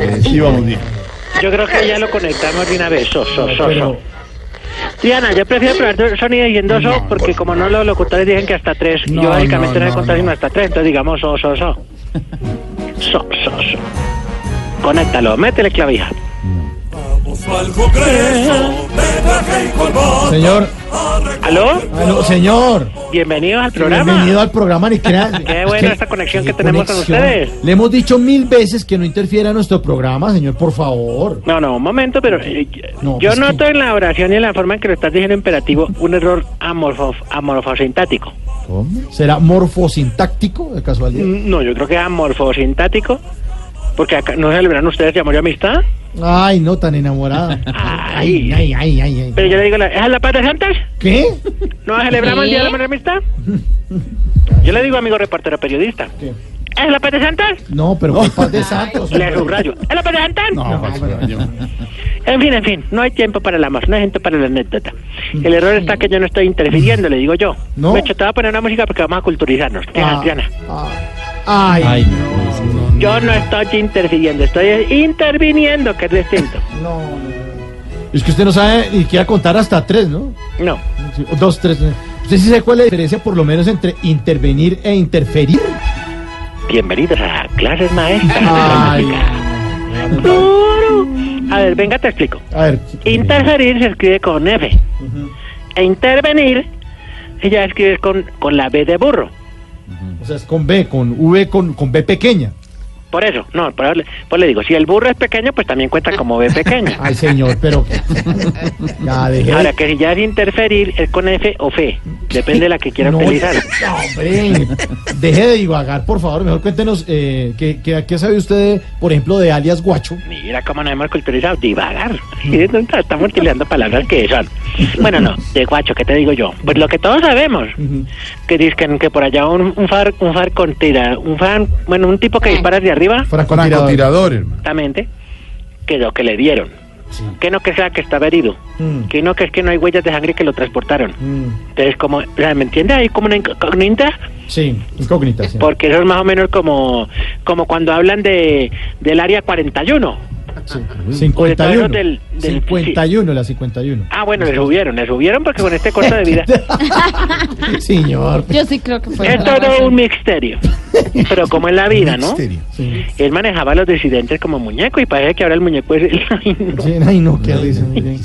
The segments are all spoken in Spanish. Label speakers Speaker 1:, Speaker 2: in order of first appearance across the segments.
Speaker 1: Eh, sí, vamos bien.
Speaker 2: Yo creo que ya lo conectamos de una vez. So, so, so, so. Diana, yo prefiero probar do- sonido diciendo so, porque como no los locutores dicen que hasta tres,
Speaker 1: No,
Speaker 2: yo básicamente
Speaker 1: no,
Speaker 2: no, he
Speaker 1: no,
Speaker 2: contado
Speaker 1: no.
Speaker 2: sino hasta tres, entonces digamos "Oh, so, so, so. So, so, so. Conéctalo, métele clavija.
Speaker 1: Señor,
Speaker 2: ¿Aló?
Speaker 1: aló, señor.
Speaker 2: Bienvenidos al programa.
Speaker 1: Bienvenido al programa, ni crea.
Speaker 2: Qué buena esta conexión que
Speaker 1: qué
Speaker 2: tenemos con ustedes.
Speaker 1: Le hemos dicho mil veces que no interfiera en nuestro programa, señor, por favor.
Speaker 2: No, no, un momento, pero eh,
Speaker 1: No,
Speaker 2: yo
Speaker 1: pues que-
Speaker 2: noto en la oración y en la forma en que lo estás diciendo imperativo un error amorfo, amorfosintático.
Speaker 1: ¿Será morfosintáctico de casualidad?
Speaker 2: Mm, No, yo creo que amorfosintático, porque acá no celebran ustedes de amor y amistad.
Speaker 1: Ay, no, tan enamorada. Ay, ay, ay, ay, ay.
Speaker 2: Pero yo le digo, la- ¿es la paz de Santas?
Speaker 1: ¿Qué?
Speaker 2: ¿No celebramos el Día de la Amor y Amistad? Yo le digo, amigo reportero periodista,
Speaker 1: ¿Qué?
Speaker 2: ¿es la paz de Santas?
Speaker 1: No, pero qué paz de santos.
Speaker 2: Le subrayo, ¿es la paz de Santas?
Speaker 1: No, pero yo-
Speaker 2: En fin, en fin, no hay tiempo para el amor, no hay tiempo para la anécdota. El error está que yo no estoy interfiriendo, le digo yo.
Speaker 1: No.
Speaker 2: De hecho, te voy a poner una música porque vamos a culturizarnos. Deja,
Speaker 1: Ah,
Speaker 2: Diana.
Speaker 1: ah, Ay,
Speaker 3: Ay,
Speaker 2: Yo no estoy interfiriendo, estoy interviniendo, que es distinto.
Speaker 1: no, no, no. Es que usted no sabe ni qué contar hasta tres, ¿no?
Speaker 2: No.
Speaker 1: Sí, Dos, tres. ¿no? ¿Usted sí sabe cuál es la diferencia, por lo menos, entre intervenir e interferir?
Speaker 2: Bienvenidos a clases maestras.
Speaker 1: Ay.
Speaker 2: Duro. A ver, venga, te explico.
Speaker 1: A ver.
Speaker 2: Interferir se escribe con F. E intervenir, ella escribe con, con la B de burro.
Speaker 1: O sea, es con B, con V, con, con B pequeña.
Speaker 2: Por eso, no, por, ahora- pues le digo, si el burro es pequeño, pues también cuenta como B pequeña.
Speaker 1: Ay, señor, pero. ya, dejé.
Speaker 2: Ahora, que si ya es interferir, es con F o F. Depende de la que quiera
Speaker 1: No,
Speaker 2: utilizar.
Speaker 1: no, hombre, deje de divagar, por favor. Mejor cuéntenos eh, ¿qué, qué, qué sabe usted, por ejemplo, de alias Guacho.
Speaker 2: Mira cómo nos hemos culturizado. Divagar. Y entonces Estamos utilizando palabras que son. Bueno, no, de guacho, ¿qué te digo yo? Pues lo que todos sabemos. Que dicen que por allá un, un far, un far con tira, un fan, bueno, un tipo que dispara de arriba,
Speaker 1: Francotirador.
Speaker 3: tirador, hermano.
Speaker 2: exactamente, que lo que le dieron. Que no que sea que estaba herido.
Speaker 1: Mm.
Speaker 2: Que no que es que no hay huellas de sangre que lo transportaron.
Speaker 1: Mm,
Speaker 2: Entonces, como, o sea, ¿me entiendes? Hay como una incógnita.
Speaker 1: sí, incógnita. sí.
Speaker 2: Porque eso es más o menos como, como cuando hablan de, del área 41.
Speaker 1: Sí.
Speaker 2: Oye, todo
Speaker 1: 51.
Speaker 2: eso del- del-
Speaker 1: 51, la 51.
Speaker 2: Ah, bueno, le subieron, le subieron porque con este corte de vida
Speaker 1: Señor. pues,
Speaker 4: Yo sí creo que fue.
Speaker 2: es todo un misterio. Pero como en la vida, ¿no?
Speaker 3: Misterio.
Speaker 1: Sí.
Speaker 2: Él manejaba a los disidentes como muñeco y parece que ahora el muñeco es el... Ay, no.
Speaker 1: Sí, ay, no, qué risa. miren.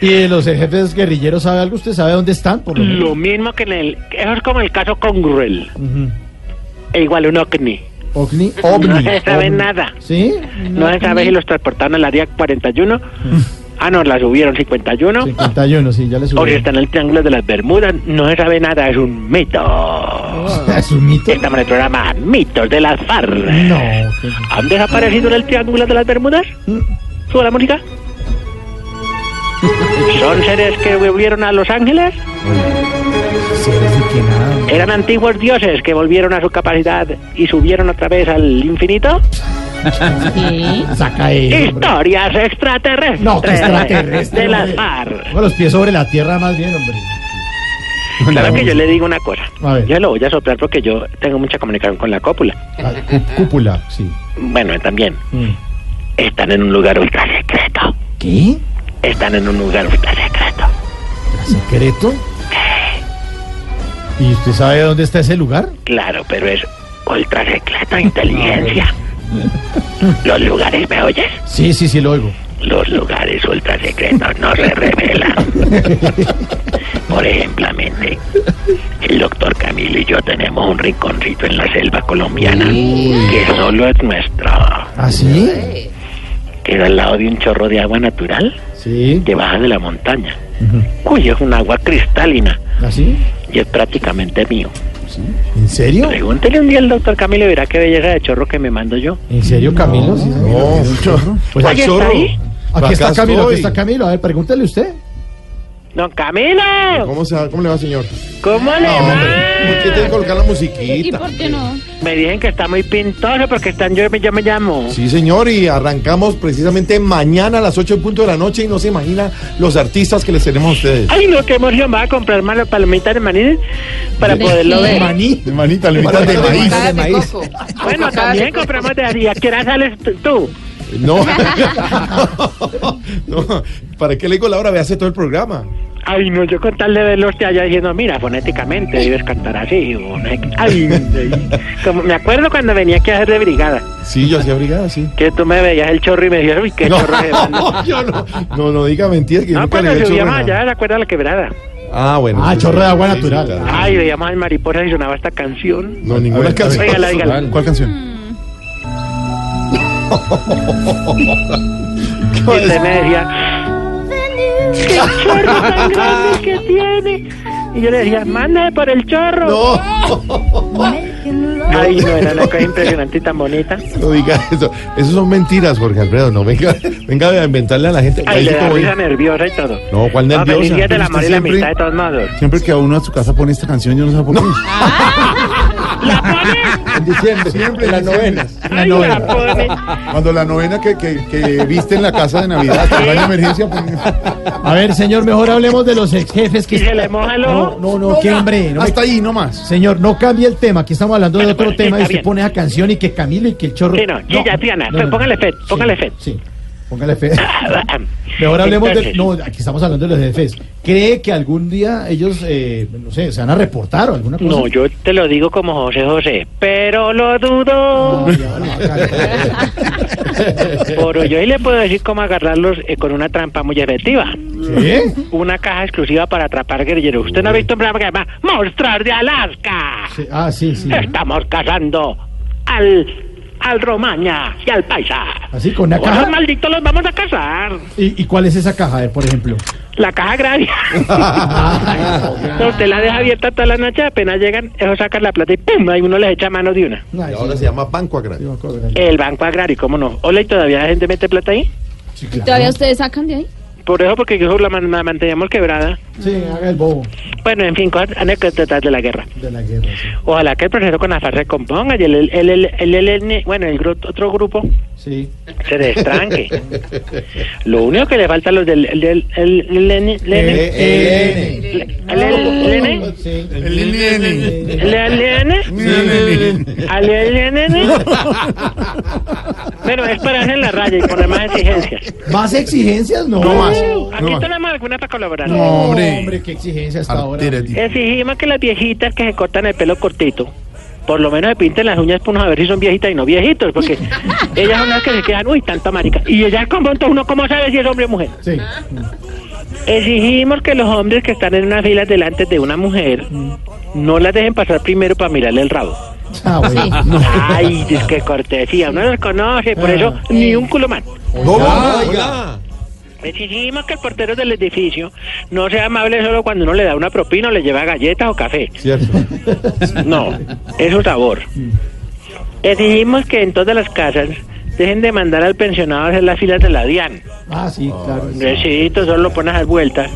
Speaker 1: ¿Y de los jefes guerrilleros sabe algo? ¿Usted sabe dónde están? Por lo menos?
Speaker 2: Lo mismo que en el... Eso es como el caso con Gruel,
Speaker 1: Ujú.
Speaker 2: e igual un OCNI.
Speaker 1: Ovni. ovni,
Speaker 2: No se sabe
Speaker 1: ovni.
Speaker 2: nada.
Speaker 1: ¿Sí?
Speaker 2: No se sabe si los transportaron al área 41. Ah, no, la subieron 51.
Speaker 1: 51, Mm. sí, ya le subí.
Speaker 2: O si está en el Triángulo de las Bermudas, no se sabe nada, es un mito.
Speaker 1: Ah, Es un mito.
Speaker 2: Estamos en el programa Mitos de las FARC.
Speaker 1: No. Mm. qué-
Speaker 2: ¿Han desaparecido en el Triángulo de las Bermudas? ¿Suba la música? ¿Son seres que volvieron a Los Ángeles? ¿Eran antiguos dioses que volvieron a su capacidad y subieron otra vez al infinito?
Speaker 4: Sí.
Speaker 1: Saca él. hombre.
Speaker 2: Historias extraterrestres.
Speaker 1: No, que extraterrestre.
Speaker 2: De las
Speaker 1: hombre.
Speaker 2: FARC.
Speaker 1: Ponga los pies sobre la tierra más bien, hombre.
Speaker 2: Claro que yo le digo una cosa.
Speaker 1: A ver.
Speaker 2: Yo lo voy a soplar porque yo tengo mucha comunicación con la cópula.
Speaker 1: Ah, cú- Cúpula, sí.
Speaker 2: Bueno, también.
Speaker 1: Mm.
Speaker 2: Están en un lugar ultra secreto.
Speaker 1: ¿Qué?
Speaker 2: Están en un lugar ultra secreto.
Speaker 1: ¿Secreto? ¿Y usted sabe dónde está ese lugar?
Speaker 2: Claro, pero es ultra secreto inteligencia. Los lugares, ¿me oyes?
Speaker 1: Sí, sí, sí, lo oigo.
Speaker 2: Los lugares ultra secretos no se revelan. Por ejemplamente, el doctor Camilo y yo tenemos un rinconcito en la selva colombiana que solo es nuestro.
Speaker 1: ¿Ah, sí?
Speaker 2: Queda al lado de un chorro de agua natural
Speaker 1: Sí.
Speaker 2: que baja de la montaña.
Speaker 1: Ujú.
Speaker 2: Uy, es un agua cristalina
Speaker 1: ¿Ah, sí?
Speaker 2: y es prácticamente mío.
Speaker 1: ¿En serio?
Speaker 2: Pregúntele un día al doctor Camilo y verá qué belleza de chorro que me mando yo.
Speaker 1: ¿En serio, Camilo? Sí, señor.
Speaker 3: No,
Speaker 1: Pues
Speaker 2: Oye, ¿está ahí?
Speaker 1: Aquí está
Speaker 3: Acá
Speaker 1: Camilo,
Speaker 3: estoy.
Speaker 1: aquí está Camilo. A ver, pregúntale usted.
Speaker 2: ¡Don Camilo!
Speaker 3: ¿Cómo, se, ¿Cómo le va, señor?
Speaker 2: ¿Cómo le
Speaker 3: No, hombre, ¿por qué
Speaker 2: va?
Speaker 3: tiene que colocar la
Speaker 4: ¿Y
Speaker 3: musiquita?
Speaker 4: por qué no?
Speaker 2: Me dicen que está muy pintoso porque están yo, yo me llamo.
Speaker 3: Sí, señor, y arrancamos precisamente mañana a las 8 en punto de la noche y no se imagina los artistas que les tenemos a ustedes.
Speaker 2: Ay, no, qué emoción. Va a comprar más las palomitas de maní para
Speaker 4: ¿De
Speaker 2: poderlo
Speaker 4: qué?
Speaker 2: ver.
Speaker 1: Maní.
Speaker 3: Manita, le
Speaker 1: Palomitas
Speaker 3: de
Speaker 1: de
Speaker 3: maíz.
Speaker 1: maíz.
Speaker 2: Bueno, también compramos de así. ¿A qué hora sales t- tú?
Speaker 3: No. no. ¿Para qué le digo la hora? Ve hace todo el programa.
Speaker 2: Ay, no, yo con tal de verlo usted allá diciendo, mira, fonéticamente debes cantar así. o no sé qué. Ay, ay. Como me acuerdo cuando venía aquí a hacer de brigada,
Speaker 3: Sí, yo hacía brigada, sí.
Speaker 2: que tú me veías el chorro y me decías, uy, qué
Speaker 3: No,
Speaker 2: chorro se
Speaker 3: no, yo no, no, no diga mentiras que yo
Speaker 2: No,
Speaker 3: nunca
Speaker 2: cuando
Speaker 3: le he hecho
Speaker 2: subíamos
Speaker 3: brigada.
Speaker 2: allá, ¿se acuerda la quebrada?
Speaker 3: Ah, bueno.
Speaker 1: Ah,
Speaker 3: sí,
Speaker 1: chorro
Speaker 3: sí,
Speaker 1: de agua
Speaker 3: sí,
Speaker 1: natural.
Speaker 3: sí, claro.
Speaker 2: Ay, veíamos al mariposa y sonaba esta canción.
Speaker 3: No, ninguna
Speaker 5: Ah, ver,
Speaker 3: canción.
Speaker 2: a ver. Oígala, oígala.
Speaker 3: ¿Cuál canción?
Speaker 2: Y usted me decía, qué chorro tan grande que tiene. Y yo le decía, mándame por el chorro.
Speaker 3: No,
Speaker 2: Ay, no, era una cosa impresionante y tan bonita.
Speaker 3: no diga eso. Esas son mentiras, Jorge Alfredo. No, venga, venga a inventarle a la gente.
Speaker 2: Ay,
Speaker 3: Ahí
Speaker 2: le da
Speaker 3: como-
Speaker 2: risa nerviosa y todo.
Speaker 3: No, ¿cuál
Speaker 2: No, feliz
Speaker 3: nerviosa?
Speaker 2: día de la amor y la
Speaker 5: Siempre-
Speaker 2: amistad de todos modos.
Speaker 5: Siempre que a uno a su casa pone esta canción, yo no sé por qué.
Speaker 3: En diciembre, siempre en las novenas.
Speaker 2: Ay, la pone.
Speaker 5: Cuando la novena que, que, que viste en la casa de Navidad, que va en emergencia, pues, pone-
Speaker 1: A ver, señor, mejor hablemos de los ex jefes que.
Speaker 2: Y se le moja el
Speaker 1: No,
Speaker 2: ojo.
Speaker 1: no, no, qué hombre. no me-
Speaker 5: hasta ahí nomás.
Speaker 1: Señor, no cambie el tema. Aquí estamos hablando de
Speaker 2: Bueno,
Speaker 1: otro
Speaker 2: bueno, sí,
Speaker 1: tema y
Speaker 2: está
Speaker 1: usted
Speaker 2: bien.
Speaker 1: pone esa canción y que Camilo y que el chorro.
Speaker 2: Sí, no, sí, ya, Diana, pues, póngale fe, póngale
Speaker 1: sí,
Speaker 2: fe.
Speaker 1: Sí, póngale fe. Mejor
Speaker 2: ahora
Speaker 1: hablemos de. No, aquí estamos hablando de los jefes. ¿Cree que algún día ellos, eh, no sé, se van a reportar o alguna cosa?
Speaker 2: No, yo te lo digo como José José, pero lo dudo.
Speaker 1: Ah, ya, no, acá-
Speaker 2: Pero yo ahí le puedo decir cómo agarrarlos eh, con una trampa muy efectiva.
Speaker 1: ¿Sí?
Speaker 2: Una caja exclusiva para atrapar guerrilleros. Usted no ha visto un programa que se llama Monstruos de Alaska.
Speaker 1: Sí, Ah, sí, sí.
Speaker 2: Estamos cazando al, al Romaña y al Paisa.
Speaker 1: Así, con una
Speaker 2: Ahora,
Speaker 1: caja.
Speaker 2: malditos los vamos a cazar.
Speaker 1: ¿Y, y cuál es esa caja, a ver, por ejemplo?
Speaker 2: La caja agraria. No, usted la deja abierta toda la noche, apenas llegan, ellos sacan la plata y ¡pum! Ahí uno les echa mano de una.
Speaker 1: Ay,
Speaker 3: Y
Speaker 1: sí,
Speaker 3: ahora se llama Banco
Speaker 1: sí,
Speaker 3: Agrario.
Speaker 1: me acuerdo de la-
Speaker 2: El banco agrario, ¿cómo no? Hola, ¿y todavía la gente mete plata ahí?
Speaker 1: Sí, claro.
Speaker 4: ¿Todavía ustedes sacan de ahí?
Speaker 2: Por eso, porque eso la, man- la manteníamos quebrada.
Speaker 1: Sí, haga el bobo
Speaker 2: Bueno, en fin, cosas- anécdotas de la guerra.
Speaker 1: de la guerra. sí.
Speaker 2: Ojalá que el proceso con la FARC se componga y el, el, el, el- el- el- el- bueno, el gru- otro grupo
Speaker 1: Sí.
Speaker 2: se destranque. Lo único que le falta a los del... El, el, el- el- el- el-
Speaker 1: Eh,
Speaker 2: el- el- el- el-
Speaker 1: Sí.
Speaker 2: ¿Le aliene? ¿Ale aliene? Pero es para en la raya y poner más exigencias.
Speaker 1: ¿Más exigencias? No.
Speaker 5: No más.
Speaker 2: Aquí
Speaker 5: No.
Speaker 2: tenemos alguna para colaborar.
Speaker 1: No, hombre.
Speaker 5: Hombre.
Speaker 1: qué exigencia hasta ahora.
Speaker 5: Altérate.
Speaker 2: Exigimos que las viejitas que se cortan el pelo cortito, por lo menos se pinten las uñas para uno saber si son viejitas y no viejitos, porque ellas son las que se quedan, uy, tanta marica. Y ellas como entonces uno cómo sabe si es hombre o mujer.
Speaker 1: Sí.
Speaker 2: Exigimos que los hombres que están en una fila delante de una mujer no las dejen pasar primero para mirarle el rabo.
Speaker 1: Ah, bueno.
Speaker 2: Ay, es que cortesía, uno los conoce, por eso ni un culo más.
Speaker 3: Oiga, oiga.
Speaker 2: Exigimos que el portero del edificio no sea amable solo cuando uno le da una propina o le lleva galletas o café.
Speaker 3: Cierto.
Speaker 2: No, es un sabor.
Speaker 5: Mm.
Speaker 2: Exigimos que en todas las casas dejen de mandar al pensionado a hacer las filas de la DIAN.
Speaker 1: Ah, sí, claro.
Speaker 2: Recito, solo lo pones a dar vueltas.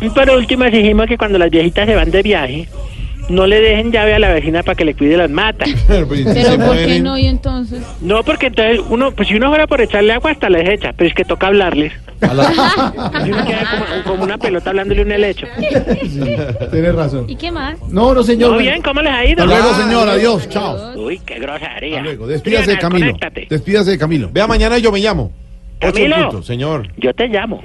Speaker 2: Y por último exigimos que cuando las viejitas se van de viaje, no le dejen llave a la vecina para que le cuide las matas.
Speaker 3: Pero, pues, si se
Speaker 4: Pero ¿por qué
Speaker 3: mueren.
Speaker 4: no? Y entonces.
Speaker 2: No, porque entonces uno, pues si uno fuera por echarle agua hasta les echa, pero es que toca hablarles.
Speaker 3: A la-
Speaker 2: Y uno queda como, como una pelota hablándole un helecho.
Speaker 1: Tienes razón.
Speaker 4: ¿Y qué más?
Speaker 1: No, no, señor.
Speaker 2: ¿Todo bien? ¿Cómo les ha ido? Ah.
Speaker 5: Hasta luego, señor. Adiós. Chao.
Speaker 4: Adiós.
Speaker 2: Uy, qué grosería.
Speaker 5: Hasta luego. Despídase de
Speaker 2: Triana,
Speaker 5: Camilo.
Speaker 2: conéctate.
Speaker 5: Despídase de Camilo.
Speaker 3: Vea, mañana yo me llamo. Ocho
Speaker 2: Camilo.
Speaker 3: puntos, señor.
Speaker 2: Yo te llamo.